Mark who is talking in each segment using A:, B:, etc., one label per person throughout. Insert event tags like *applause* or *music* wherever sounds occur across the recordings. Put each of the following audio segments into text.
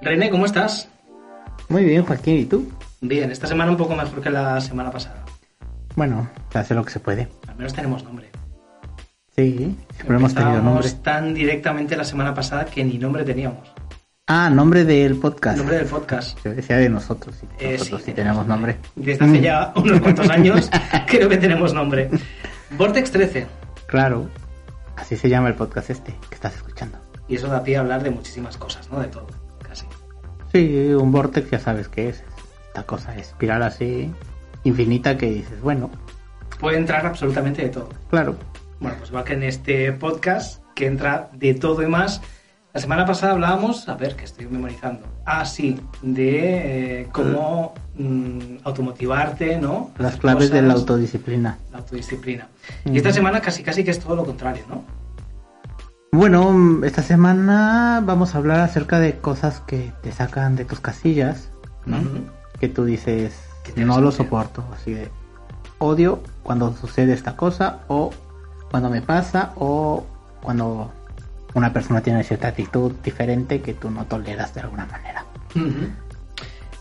A: René, ¿cómo estás?
B: Muy bien, Joaquín, ¿y tú?
A: Bien, esta semana un poco mejor que la semana pasada.
B: Bueno, se hace lo que se puede.
A: Al menos tenemos nombre.
B: Sí, siempre hemos tenido nombre.
A: Empezamos tan directamente la semana pasada que ni nombre teníamos.
B: Ah, nombre del podcast.
A: Nombre del podcast.
B: Yo decía de nosotros, sí.
A: Eh,
B: nosotros sí,
A: sí,
B: tenemos
A: tenemos
B: nombre.
A: Desde
B: Mm.
A: hace ya unos cuantos
B: *laughs*
A: años creo que tenemos nombre. Vortex 13.
B: Claro, así se llama el podcast este que estás escuchando.
A: Y eso da pie a hablar de muchísimas cosas, ¿no? De todo, casi.
B: Sí, un vortex ya sabes qué es. Esta cosa espiral así, infinita, que dices, bueno,
A: Puede entrar absolutamente de todo.
B: claro.
A: Bueno, pues igual que en este podcast, que entra de todo y más. La semana pasada hablábamos, a ver, que estoy memorizando. Ah, sí, de eh, cómo mm, automotivarte, ¿no?
B: Las
A: Hacer
B: claves de
A: cosas,
B: la autodisciplina.
A: la autodisciplina.
B: Ujú.
A: Y esta semana casi casi que es todo lo contrario, ¿no?
B: Bueno, mm, esta semana vamos a hablar acerca de cosas que te sacan de tus casillas, ¿no?
A: Ujú.
B: que tú dices,
A: Que te
B: no lo
A: desconfía.
B: soporto, así de odio cuando sucede esta cosa o cuando me pasa o cuando una persona tiene cierta actitud diferente que tú no toleras de alguna manera.
A: Ujú.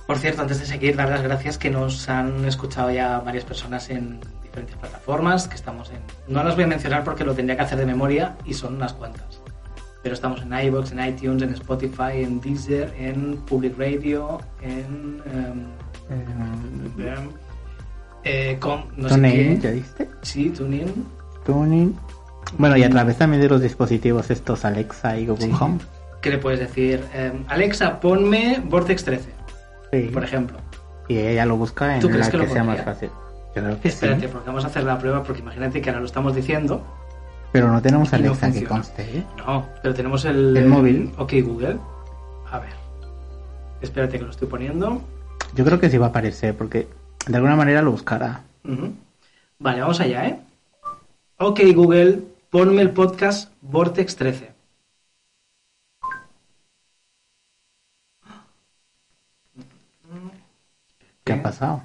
A: Por cierto, antes de seguir, dar las gracias que nos han escuchado ya varias personas en diferentes plataformas, que estamos en... No las voy a mencionar porque lo tendría que hacer de memoria y son unas cuantas. Pero estamos en iVoox, en iTunes, en Spotify, en Deezer, en Public Radio, en... em, em, eh, con... No sé
B: TuneIn,
A: qué.
B: ¿ya viste?
A: Sí, TuneIn.
B: TuneIn. Bueno, y a través también de los dispositivos estos Alexa y Google
A: Mm. Sí.
B: Home.
A: ¿Qué le puedes decir? Em, Alexa, ponme Vortex 13,
B: Sí.
A: por ejemplo.
B: Y ella lo busca
A: ¿Tú
B: en
A: crees
B: la
A: que
B: que,
A: lo
B: sea más
A: podría?
B: fácil. Yo creo que sí,
A: Espérate, porque vamos a hacer la prueba, porque imagínate que ahora lo estamos diciendo.
B: pero no tenemos
A: Y no
B: Alexa que
A: funciona.
B: conste. ¿eh?
A: No, pero tenemos el,
B: El móvil.
A: Ok, Google. A ver. Espérate que lo estoy poniendo.
B: Yo creo que sí va a aparecer porque de alguna manera lo buscará.
A: Ujú. Vale, vamos allá, ¿eh? Ok, Google, ponme el podcast Vortex 13.
B: ¿Qué
A: ¿Eh?
B: ha pasado?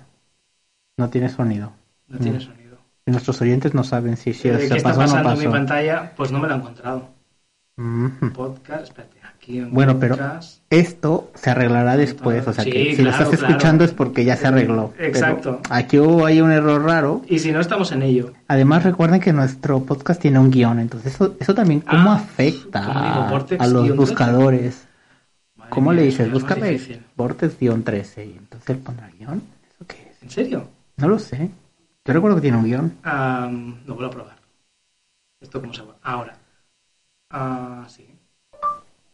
B: No tiene sonido.
A: No tiene sonido.
B: Y Nuestros oyentes no saben si, si
A: Eh,
B: se
A: ¿Qué está
B: pasó o no
A: pasando en mi
B: pasó.
A: pantalla? Pues no me lo he encontrado.
B: Ujú.
A: Podcast, espérate, aquí en
B: Bueno, pero
A: podcast.
B: esto se arreglará después. O sea
A: Sí,
B: que si lo
A: claro,
B: estás
A: claro.
B: escuchando es porque ya se arregló. Pero
A: Exacto.
B: aquí hubo ahí un error raro.
A: Y si no estamos en ello.
B: Además recuerden que nuestro podcast tiene un guión. Entonces eso, eso también cómo
A: Ah,
B: afecta
A: como digo,
B: a-
A: Vortex
B: a
A: guión
B: los
A: trece.
B: buscadores.
A: Madre
B: ¿Cómo
A: mía,
B: le
A: eso ya
B: dices?
A: es más
B: Búscame
A: difícil.
B: Vortex-13. Y entonces él pondrá guión. ¿Eso qué es?
A: ¿En serio?
B: No lo sé. Yo recuerdo que tiene un guión.
A: Ah, lo vuelvo a probar. ¿Esto cómo se va? Ahora. Ah, sí.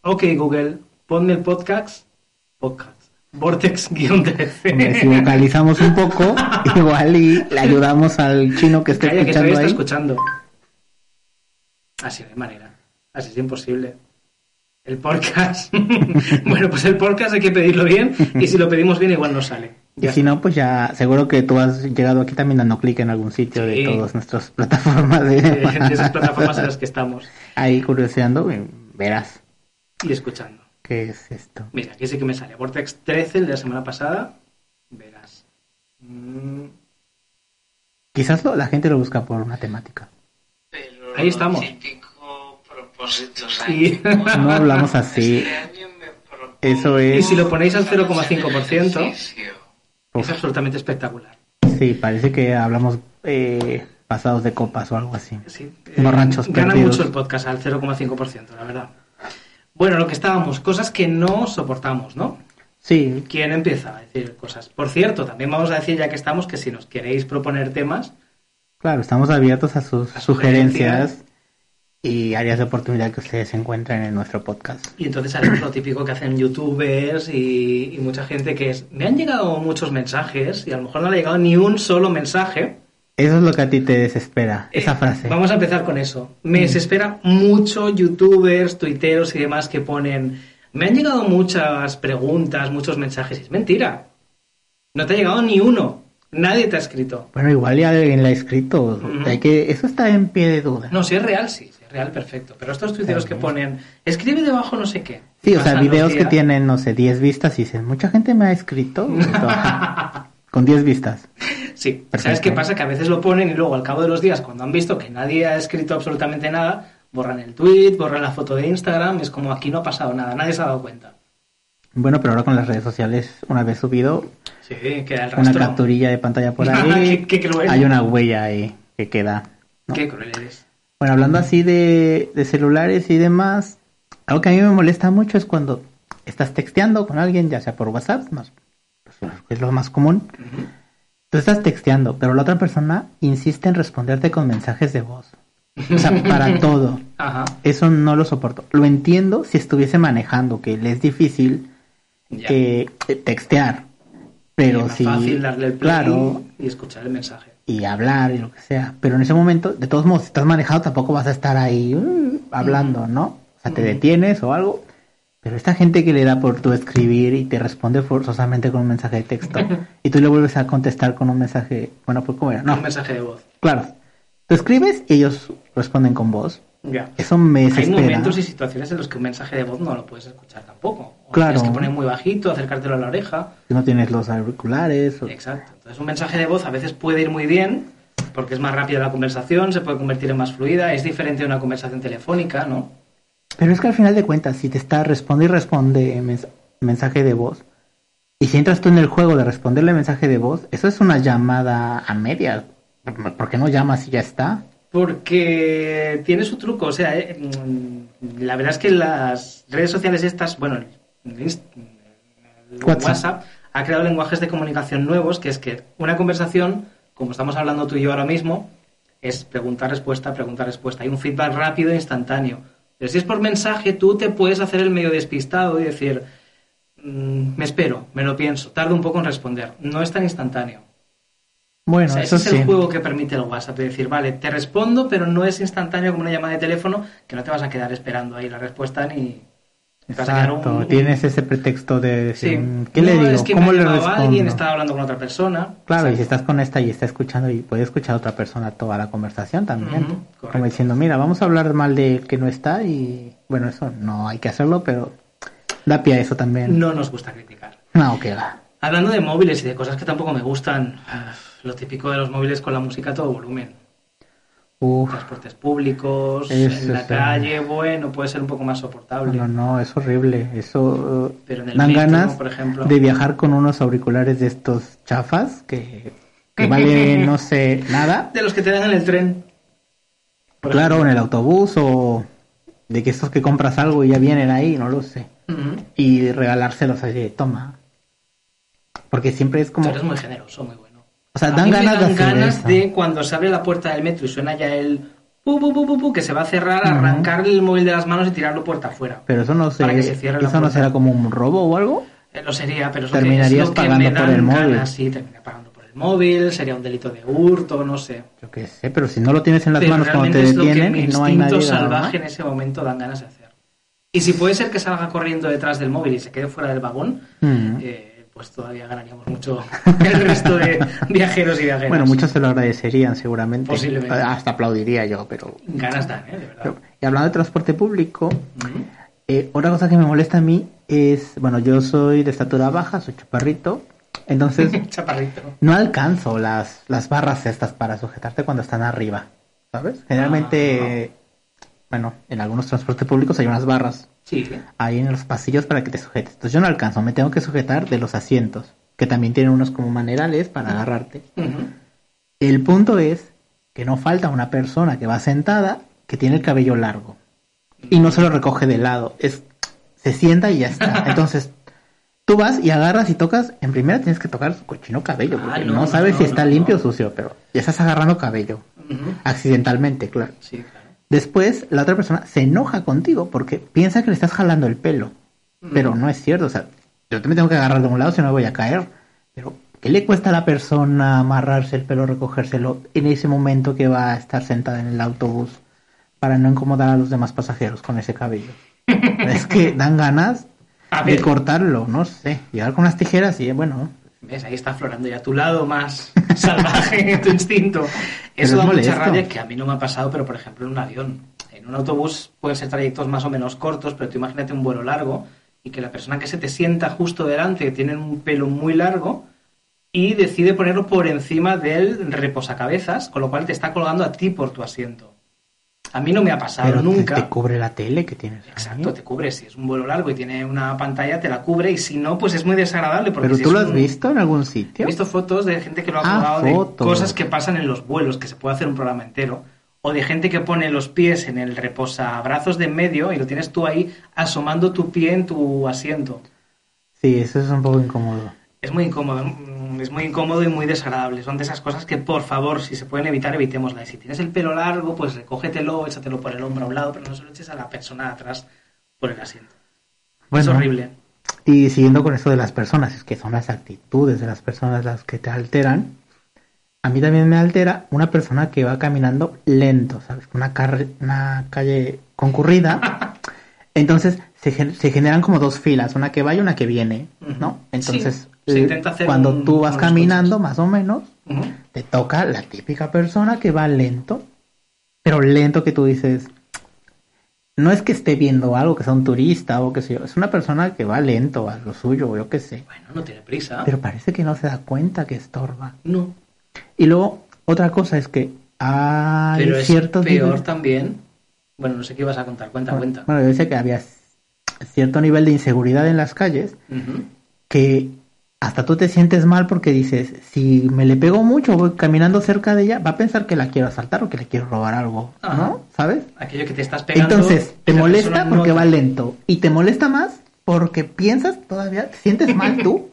A: Ok, Google, ponme el podcast. Podcast. Este. *laughs*
B: Hombre, si
A: Vortex-13.
B: vocalizamos
A: *laughs*
B: un poco, igual y le ayudamos al chino que esté
A: Calla, que todavía
B: escuchando
A: está
B: ahí.
A: escuchando. Así no hay manera. Así es imposible. El podcast. *laughs* bueno, pues el podcast hay que pedirlo bien. Y si lo pedimos bien, igual no sale.
B: Y
A: Ya
B: si no, pues ya seguro que tú has llegado aquí también dando clic en algún sitio de
A: Sí.
B: todas nuestras
A: *laughs*
B: plataformas. De...
A: está. De esas plataformas en las que estamos.
B: Ahí curioseando, y verás
A: Y escuchando.
B: qué es esto.
A: Mira, aquí sí que me sale. Vortex 13, el de la semana pasada. Verás. Mm,
B: Quizás lo- la gente lo busca por una temática.
C: pero
A: Ahí estamos.
C: lo típico propósito
A: *laughs* Sí.
C: año.
B: No hablamos así.
C: Este año me propongo
B: Eso es-
A: Y si lo ponéis al 0,5%,
C: ejercicio.
A: es absolutamente espectacular.
B: Sí, parece que hablamos eh, pasados de copas o algo así.
A: Sí, eh,
B: Borrachos
A: gana
B: perdidos.
A: mucho el podcast al 0,5%, la verdad. Bueno, lo que estábamos, cosas que no soportamos, ¿no?
B: Sí,
A: ¿Quién empieza a decir cosas? Por cierto, también vamos a decir, ya que estamos, que si nos queréis proponer temas,
B: Claro, estamos abiertos a sus
A: A
B: sugerencias y áreas de oportunidad que ustedes encuentren en nuestro podcast.
A: Y entonces haremos lo típico que hacen youtubers y, y mucha gente que es, me han llegado muchos mensajes y a lo mejor no le ha llegado ni un solo mensaje.
B: Eso es lo que a ti te desespera, esa
A: Eh,
B: frase. Mm.
A: Vamos a empezar con eso. Me desespera mucho youtubers, tuiteros y demás que ponen, me han llegado muchas preguntas, muchos mensajes. Es mentira. No te ha llegado ni uno. Nadie te ha escrito.
B: Bueno, igual ya alguien la ha escrito.
A: Ujú.
B: hay que, eso está en pie de duda.
A: No, si es real, sí. Si es real, perfecto. Pero estos tuiteros que ponen, escribe debajo no sé qué.
B: sí, o sea,
A: Pasan los
B: videos que
A: días.
B: tienen, no sé, 10 vistas y dicen, mucha gente me
A: *laughs*
B: ha escrito. Con 10 vistas.
A: Sí, ¿sabes
B: Perfecto.
A: qué pasa? Que a veces lo ponen y luego al cabo de los días, cuando han visto que nadie ha escrito absolutamente nada, borran el tweet, borran la foto de Instagram, es como aquí no ha pasado nada, nadie se ha dado cuenta.
B: Bueno, pero ahora con las redes sociales, una vez subido,
A: Sí, queda el
B: una
A: rastro.
B: capturilla de
A: *laughs*
B: pantalla por
A: Qué-
B: ahí,
A: qué cruel.
B: hay una huella ahí que queda. ¿no?
A: Qué E cruel eres.
B: Bueno, hablando así de, de celulares y demás, algo que a mí me molesta mucho es cuando estás texteando con alguien, ya sea por WhatsApp, no, pues, es lo más común.
A: Ujú.
B: Tú estás texteando, pero la otra persona insiste en responderte con mensajes de voz. O sea,
A: *laughs*
B: para todo.
A: Ajá.
B: Eso no lo soporto. Lo entiendo si estuviese manejando, que le es difícil
A: Ya.
B: eh, textear.
A: Y
B: Pero
A: es más
B: sí,
A: fácil darle el play
B: claro,
A: y escuchar el mensaje.
B: y hablar y lo que sea. Pero en ese momento, de todos modos, si estás manejado, tampoco vas a estar ahí uh, hablando, ¿no? O sea, te
A: Ujú.
B: detienes o algo. Pero esta gente que le da por tu escribir y te responde forzosamente con un mensaje de
A: *laughs*
B: texto y tú le vuelves a contestar con un mensaje, bueno, pues cómo era, no,
A: Un mensaje de voz.
B: claro. Tú escribes y ellos responden con voz.
A: Ya.
B: Eso me
A: Hay
B: desespera.
A: momentos y situaciones en los que un mensaje de voz no lo puedes escuchar tampoco. O lo
B: Claro.
A: Tienes que poner muy bajito, acercártelo a la oreja.
B: Si no tienes los auriculares. o-
A: Exacto. Entonces un mensaje de voz a veces puede ir muy bien porque es más rápida la conversación, se puede convertir en más fluida, es diferente a una conversación telefónica, ¿no?
B: Pero es que al final de cuentas, si te está responde y responde mens- mensaje de voz, y si entras tú en el juego de responderle mensaje de voz, eso es una llamada a medias. ¿Por qué no llamas y ya está?
A: Porque tiene su truco, o sea, eh, mm, la verdad es que las redes sociales estas, bueno, el, Inst- el
B: WhatsApp.
A: WhatsApp. ha creado lenguajes de comunicación nuevos, que es que una conversación, como estamos hablando tú y yo ahora mismo, es pregunta-respuesta, pregunta-respuesta. Hay un feedback rápido e instantáneo. Pero si es por mensaje, tú te puedes hacer el medio despistado y decir, mm, me espero, me lo pienso, tardo un poco en responder. No es tan instantáneo.
B: Bueno,
A: O sea,
B: eso
A: ese
B: sí.
A: es el juego que permite el WhatsApp, de decir, vale, te respondo, pero no es instantáneo como una llamada de teléfono, que no te vas a quedar esperando ahí la respuesta ni... ni te vas a quedar
B: Exacto,
A: un-
B: tienes ese pretexto de decir,
A: Sí.
B: "Mm, ¿qué
A: No,
B: le digo?
A: Es que me
B: ¿Cómo
A: ha
B: le
A: llamado
B: respondo?
A: alguien, estaba hablando con otra persona.
B: Claro, y si
A: Exacto.
B: estás con esta y está escuchando y puede escuchar a otra persona toda la conversación también.
A: Ujú, correcto.
B: Como diciendo, mira, vamos a hablar mal de que no está y bueno, eso no hay que hacerlo, pero da pie a eso también.
A: No nos gusta criticar.
B: No, que va.
A: Hablando de móviles y de cosas que tampoco me gustan, ah, lo típico de los móviles con la música a todo volumen.
B: Uf,
A: Transportes públicos,
B: Eso
A: en la
B: sí.
A: calle, bueno, puede ser un poco más soportable.
B: no, no, es horrible. Eso eh,
A: Pero en el
B: dan
A: metro,
B: ganas
A: por ejemplo.
B: de viajar con unos auriculares de estos chafas que,
A: *laughs*
B: que vale no sé, nada.
A: De los que te dan en el tren. por
B: Claro, en el autobús o de que estos que compras algo y ya vienen ahí, no lo sé.
A: ejemplo. Ujú.
B: y regalárselos así de toma. Porque siempre es como.
A: Tú eres muy generoso, muy bueno.
B: O sea,
A: A
B: dan
A: mí me
B: ganas de
A: dan
B: hacer
A: ganas
B: eso.
A: de cuando se abre la puerta del metro y suena ya el pu, pu, pu, pu, pu, que se va a cerrar,
B: Ujú.
A: arrancarle el móvil de las manos y tirarlo puerta afuera.
B: Pero eso no sé.
A: Para que se cierre la
B: eso no
A: puerta.
B: será como un robo o algo.
A: Eh, Lo sería, pero es lo que-
B: Terminarías
A: es lo que
B: pagando
A: me
B: por
A: dan
B: el móvil.
A: ganas, sí, termina pagando por el móvil, sería un delito de hurto, no sé.
B: Yo qué sé, pero si no lo tienes en las
A: Pero
B: manos cuando
A: realmente
B: te
A: es lo que
B: detienen
A: mi
B: y no hay nadie.
A: instinto
B: ¿verdad?
A: salvaje en ese momento dan ganas de hacer. Y si puede ser que salga corriendo detrás del móvil y se quede fuera del vagón,
B: Mm.
A: eh, pues todavía ganaríamos mucho *laughs* el resto de viajeros y viajeras.
B: Bueno, muchos se lo agradecerían seguramente. Ah,
A: Posiblemente.
B: Hasta aplaudiría yo, pero.
A: Ganas dan, ¿eh? De verdad.
B: pero- Y hablando de transporte público,
A: Ujú.
B: eh, otra cosa que me molesta a mí es. Bueno, yo soy de estatura baja, soy chaparrito. Entonces,
A: *laughs* Chaparrito.
B: no alcanzo las, las barras estas para sujetarte cuando están arriba, ¿sabes? Generalmente, bueno, en algunos transportes públicos hay unas barras
A: Sí.
B: ahí en los pasillos para que te sujetes. Entonces yo no alcanzo, me tengo que sujetar de los asientos, que también tienen unos como manerales para agarrarte.
A: Ujú.
B: El punto es que no falta una persona que va sentada que tiene el cabello largo y no se lo recoge de lado. Es, se sienta y ya está.
A: *laughs*
B: Entonces, tú vas y agarras y tocas. En primera tienes que tocar su cochino cabello porque
A: Ah,
B: no,
A: no,
B: sabes
A: no,
B: si está
A: no,
B: limpio
A: no.
B: o sucio, pero ya estás agarrando cabello.
A: Ujú.
B: Accidentalmente, claro.
A: Sí, claro.
B: Después, la otra persona se enoja contigo porque piensa que le estás jalando el pelo. Pero
A: Mm.
B: no es cierto. O sea, yo también tengo que agarrar de un lado si no me voy a caer. Pero, ¿qué le cuesta a la persona amarrarse el pelo, recogérselo en ese momento que va a estar sentada en el autobús para no incomodar a los demás pasajeros con ese
A: *laughs*
B: cabello? es que dan ganas
A: A
B: de
A: ver.
B: cortarlo, no sé. Llegar con unas tijeras y bueno.
A: ¿Ves? Ahí está aflorando ya tu lado más *laughs*
B: *laughs*
A: salvaje, tu instinto.
B: es
A: Eso da mucha
B: molesto.
A: rabia que a mí no me ha pasado, pero por ejemplo en un avión. En un autobús pueden ser trayectos más o menos cortos, pero tú imagínate un vuelo largo y que la persona que se te sienta justo delante tiene un pelo muy largo y decide ponerlo por encima del reposacabezas, con lo cual te está colgando a ti por tu asiento. A mí no me ha pasado
B: Pero te-
A: Ah, nunca.
B: Te, cubre la tele que tienes. ahí.
A: Exacto, te cubre. Si es un vuelo largo y tiene una pantalla, te la cubre. Y si no, pues es muy desagradable. Porque
B: Pero
A: si
B: tú
A: es
B: lo has
A: un-
B: visto en algún sitio.
A: He visto fotos de gente que lo ha
B: Ah,
A: probado, de
B: fotos.
A: cosas que pasan en los vuelos, que se puede hacer un programa entero. O de gente que pone los pies en el reposabrazos de en medio y lo tienes tú ahí asomando tu pie en tu asiento.
B: Sí, eso es un poco incómodo.
A: Es muy incómodo, mm, es muy incómodo y muy desagradable. Son de esas cosas que, por favor, si se pueden evitar, evitémoslas. Y si tienes el pelo largo, pues recógetelo, échatelo por el hombro a un lado, pero no se lo eches a la persona de atrás por el asiento. es
B: Bueno,
A: horrible.
B: Y siguiendo con eso de las personas, es que son las actitudes de las personas las que te alteran. A mí también me altera una persona que va caminando lento, ¿sabes? Una, carre- una calle
A: *laughs*
B: concurrida. Entonces se, gen- se generan como dos filas, una que va y una que viene,
A: Ujú.
B: ¿no? Entonces,
A: Sí, se
B: eh,
A: intenta hacer
B: cuando
A: un-
B: tú vas
A: unos
B: caminando, más o menos,
A: Ujú.
B: te toca la típica persona que va lento, pero lento que tú dices, no es que esté viendo algo, que sea un turista o qué sé yo, es una persona que va lento a lo suyo, o yo qué sé,
A: Bueno, no tiene prisa.
B: pero parece que no se da cuenta que estorba.
A: no.
B: Y luego, otra cosa es que hay
A: Pero es
B: ciertos...
A: peor
B: niveles-
A: también. Bueno, no sé qué ibas a contar. Cuenta, cuenta.
B: Bueno, yo decía que había cierto nivel de inseguridad en las calles
A: Ujú.
B: que hasta tú te sientes mal porque dices, si me le pego mucho, voy caminando cerca de ella, va a pensar que la quiero asaltar o que le quiero robar algo,
A: Ajá.
B: ¿no? ¿Sabes?
A: Aquello que te estás pegando.
B: Entonces, te
A: esa
B: molesta
A: persona
B: porque
A: no-
B: va lento y te molesta más porque piensas todavía, te sientes mal tú.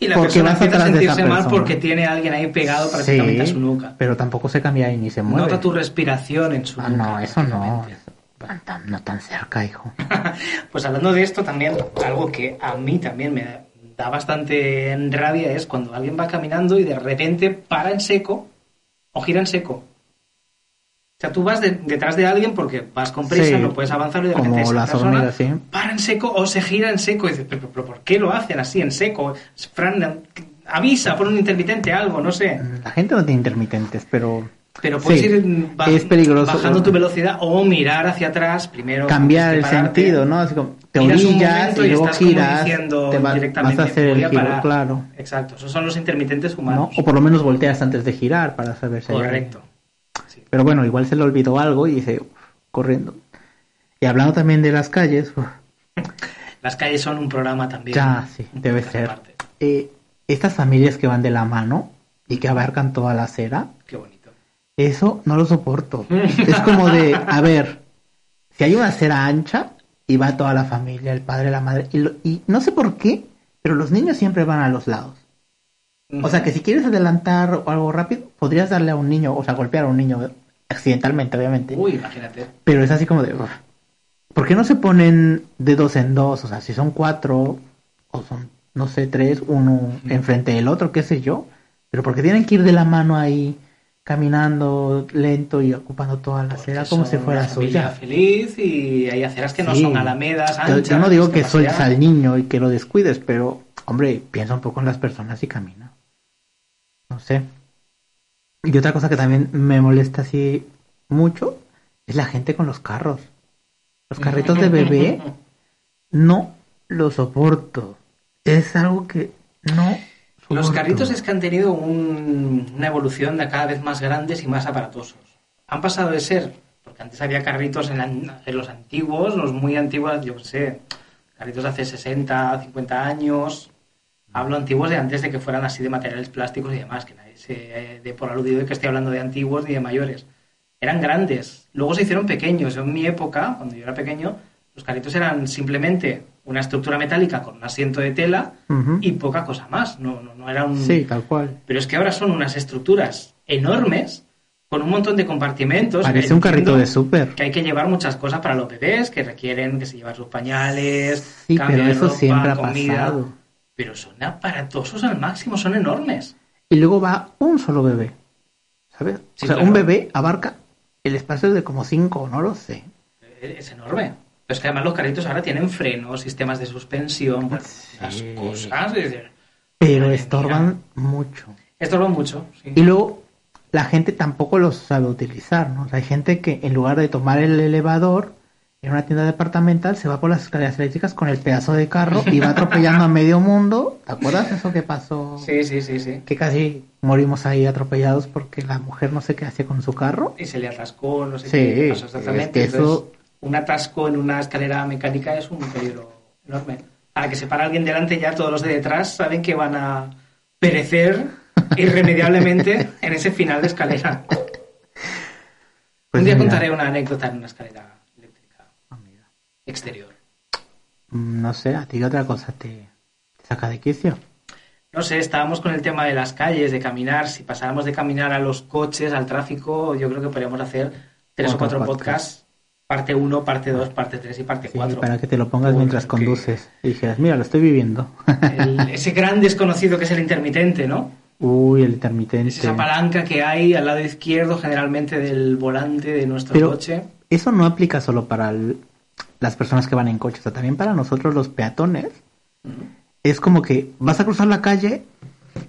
A: Y la
B: porque
A: persona
B: vas
A: empieza a
B: atrás de esa
A: sentirse mal
B: persona.
A: porque tiene a alguien ahí *laughs* pegado prácticamente a
B: Sí,
A: su nuca.
B: Pero tampoco se cambia ahí ni se mueve.
A: Nota tu respiración en su
B: Ah,
A: nuca.
B: no, eso no.
A: prácticamente.
B: eso- tan- no tan cerca, hijo.
A: Pues hablando de esto también, algo que a mí también me da- da bastante rabia es cuando alguien va caminando y de repente para en seco o gira en seco. O sea, tú vas de- detrás de alguien porque vas con prisa,
B: Sí,
A: no puedes avanzar y de
B: como
A: repente esa
B: las
A: persona
B: hormigas, sí.
A: para en seco o se gira en seco. Y dices, ¿pero, pero por qué lo hacen así en seco? Fran, avisa, pon un intermitente, algo, no sé.
B: La gente no tiene intermitentes, pero
A: Pero puedes
B: Sí,
A: ir ba-
B: es peligroso.
A: bajando tu velocidad o mirar hacia atrás primero.
B: cambiar el
A: antes de pararte.
B: sentido, ¿no? Así como te
A: Giras un
B: orillas
A: momento
B: y luego
A: estás como
B: giras,
A: diciendo
B: te va-
A: directamente,
B: vas a hacer
A: voy
B: el giro,
A: parar.
B: claro.
A: Exacto, esos son los intermitentes
B: ¿no?
A: humanos.
B: O por lo menos volteas antes de girar para saber si hay alguien.
A: Correcto. Sí.
B: Pero bueno, igual se le olvidó algo y dice, "Uf, corriendo. Y hablando también de las calles, uf,
A: Las calles son un programa también.
B: ya, sí, debe
A: Esta
B: ser.
A: parte.
B: Eh, estas familias que van de la mano y que abarcan toda la acera,
A: Qué bonito.
B: eso no lo soporto. es como de, a ver, si hay una acera ancha y va toda la familia, el padre, la madre, y, lo- y no sé por qué, pero los niños siempre van a los lados. O sea que si quieres adelantar o algo rápido, podrías darle a un niño, o sea, golpear a un niño accidentalmente, obviamente.
A: Uy, imagínate.
B: Pero es así como de. "Uf, ¿Por qué no se ponen de dos en dos? O sea, si son cuatro, o son, no sé, tres, uno enfrente del otro, qué sé yo. Pero porque tienen que ir de la mano ahí, caminando lento y ocupando toda la
A: Porque
B: acera como
A: son
B: si fuera
A: una familia
B: suya.
A: feliz y hay aceras que no
B: Sí.
A: son alamedas
B: Yo,
A: anchas.
B: yo no digo que sueltes
A: pasean.
B: al niño y que lo descuides, pero, hombre, piensa un poco en las personas y camina. No sé. Y otra cosa que también me molesta así mucho es la gente con los carros. Los carritos
A: *laughs*
B: de bebé no los soporto. Es algo que no soporto.
A: Los carritos es que han tenido un- una evolución de cada vez más grandes y más aparatosos. Han pasado de ser, porque antes había carritos en, la- en los antiguos, los muy antiguos, yo qué sé, carritos de hace 60, 50 años. Hablo antiguos de antes de que fueran así de materiales plásticos y demás, que nadie se eh, dé por aludido de que estoy hablando de antiguos ni de mayores. Eran grandes, luego se hicieron pequeños. Yo en mi época, cuando yo era pequeño, los carritos eran simplemente una estructura metálica con un asiento de tela
B: Ujú.
A: y poca cosa más. No, no, no era un.
B: Sí, tal cual.
A: Pero es que ahora son unas estructuras enormes con un montón de compartimentos.
B: Parece un carrito de
A: Entiendo
B: súper.
A: Que hay que llevar muchas cosas para los bebés que requieren que se llevan sus pañales,
B: Sí,
A: cambio
B: pero
A: de
B: eso
A: ropa,
B: siempre ha
A: comida.
B: pasado.
A: Pero son aparatosos al máximo, son enormes.
B: y luego va un solo bebé. ¿Sabes?
A: Sí,
B: o sea,
A: claro.
B: un bebé abarca el espacio de como cinco, no lo sé.
A: Eh, Es enorme. Pero es que además los carritos ahora tienen frenos, sistemas de suspensión, bueno, unas
B: Sí.
A: cosas. es decir,
B: Pero
A: Madre
B: estorban mucho.
A: Estorban mucho. sí.
B: Y luego la gente tampoco los sabe utilizar, ¿no? O sea, hay gente que en lugar de tomar el elevador en una tienda departamental, se va por las escaleras eléctricas con el pedazo de carro y va atropellando a medio mundo. ¿Te acuerdas eso que pasó?
A: Sí, sí, sí, sí.
B: Que casi morimos ahí atropellados porque la mujer no sé qué hacía con su carro.
A: Y se le atascó, no sé
B: Sí,
A: qué pasó
B: es
A: exactamente.
B: que eso-
A: Entonces, un atasco en una escalera mecánica es un peligro enorme. Para que se para alguien delante, ya todos los de detrás saben que van a
B: *laughs*
A: perecer irremediablemente en ese final de escalera.
B: Pues
A: un día
B: mira,
A: contaré una anécdota en una escalera eléctrica exterior.
B: mm, No sé, a ti qué otra cosa te, te saca de quicio.
A: No sé, estábamos con el tema de las calles, de caminar. Si pasáramos de caminar a los coches, al tráfico, yo creo que podríamos hacer tres o
B: Otro
A: cuatro
B: podcast.
A: podcasts. Parte 1, parte 2, parte 3 y parte
B: Sí,
A: 4.
B: para que te lo pongas mientras
A: Porque-
B: conduces. Y dijeras, mira, lo estoy viviendo. *laughs*
A: El- ese gran desconocido que es el intermitente, ¿no?
B: Uy, el
A: Es
B: intermitente.
A: esa palanca que hay al lado izquierdo generalmente del volante de nuestro
B: Pero-
A: coche.
B: Eso no aplica solo para el- las personas que van en coche, o sea, también para nosotros los peatones. Es como que vas a cruzar la calle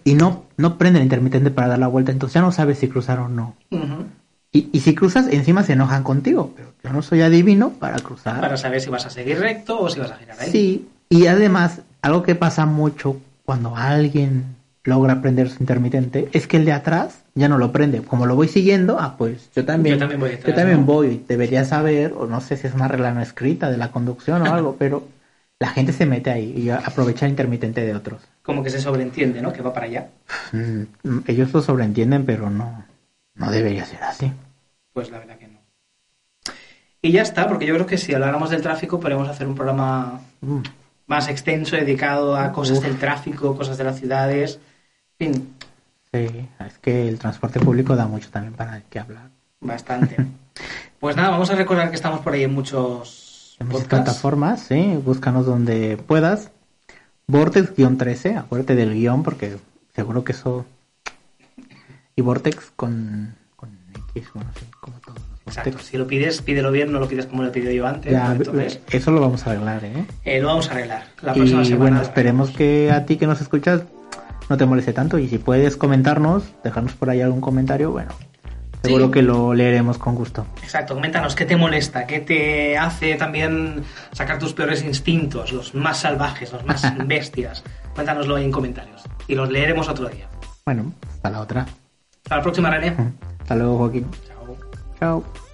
B: y no, no prende el intermitente para dar la vuelta, entonces ya no sabes si cruzar o no.
A: Ujú.
B: Y, y si cruzas, encima se enojan contigo, pero yo no soy adivino para cruzar.
A: ¿Ah? Para saber si vas a seguir recto o si vas a girar ahí.
B: Sí, y además, algo que pasa mucho cuando alguien logra prender su intermitente es que el de atrás ya no lo prende. Como lo voy siguiendo, ah, pues yo también,
A: Yo también voy detrás,
B: yo también
A: ¿no?
B: voy. Debería saber, o no sé si es una regla no escrita de la conducción o algo, pero la gente se mete ahí y aprovecha el intermitente de otros.
A: Como que se sobreentiende, ¿no? Que va para allá.
B: Mm, mm, Ellos lo sobreentienden, pero no, no debería ser así.
A: Pues la verdad que no. Y ya está, porque yo creo que si habláramos del tráfico podríamos hacer un programa
B: Mm.
A: más extenso dedicado a cosas
B: Uf.
A: del tráfico, cosas de las ciudades. En fin,
B: Sí, es que el transporte público da mucho también para que hablar. *laughs*
A: bastante. pues nada, vamos a recordar que estamos por ahí en muchos
B: En muchas
A: podcasts.
B: plataformas, sí, búscanos donde puedas. Vortex-13, acuérdate del guión porque seguro que eso... Y Vortex con, con X, bueno, sí, como todos los
A: Exacto.
B: Vortex.
A: Si lo pides, pídelo bien, no lo pides como lo pidió yo antes.
B: Ya,
A: pues entonces,
B: eso lo vamos a arreglar, ¿eh?
A: eh, lo vamos a arreglar. La
B: y
A: próxima semana.
B: bueno, esperemos que a ti que nos escuchas no te moleste tanto y si puedes comentarnos, dejarnos por ahí algún comentario, bueno, seguro
A: Sí.
B: que lo leeremos con gusto.
A: Exacto, coméntanos qué te molesta, qué te hace también sacar tus peores instintos, los más salvajes, los
B: *laughs*
A: más bestias. Cuéntanoslo ahí en comentarios y los leeremos otro día.
B: Bueno, hasta la otra.
A: Hasta la próxima, René.
B: Hasta luego, Joaquín.
A: Chao.
B: Chao.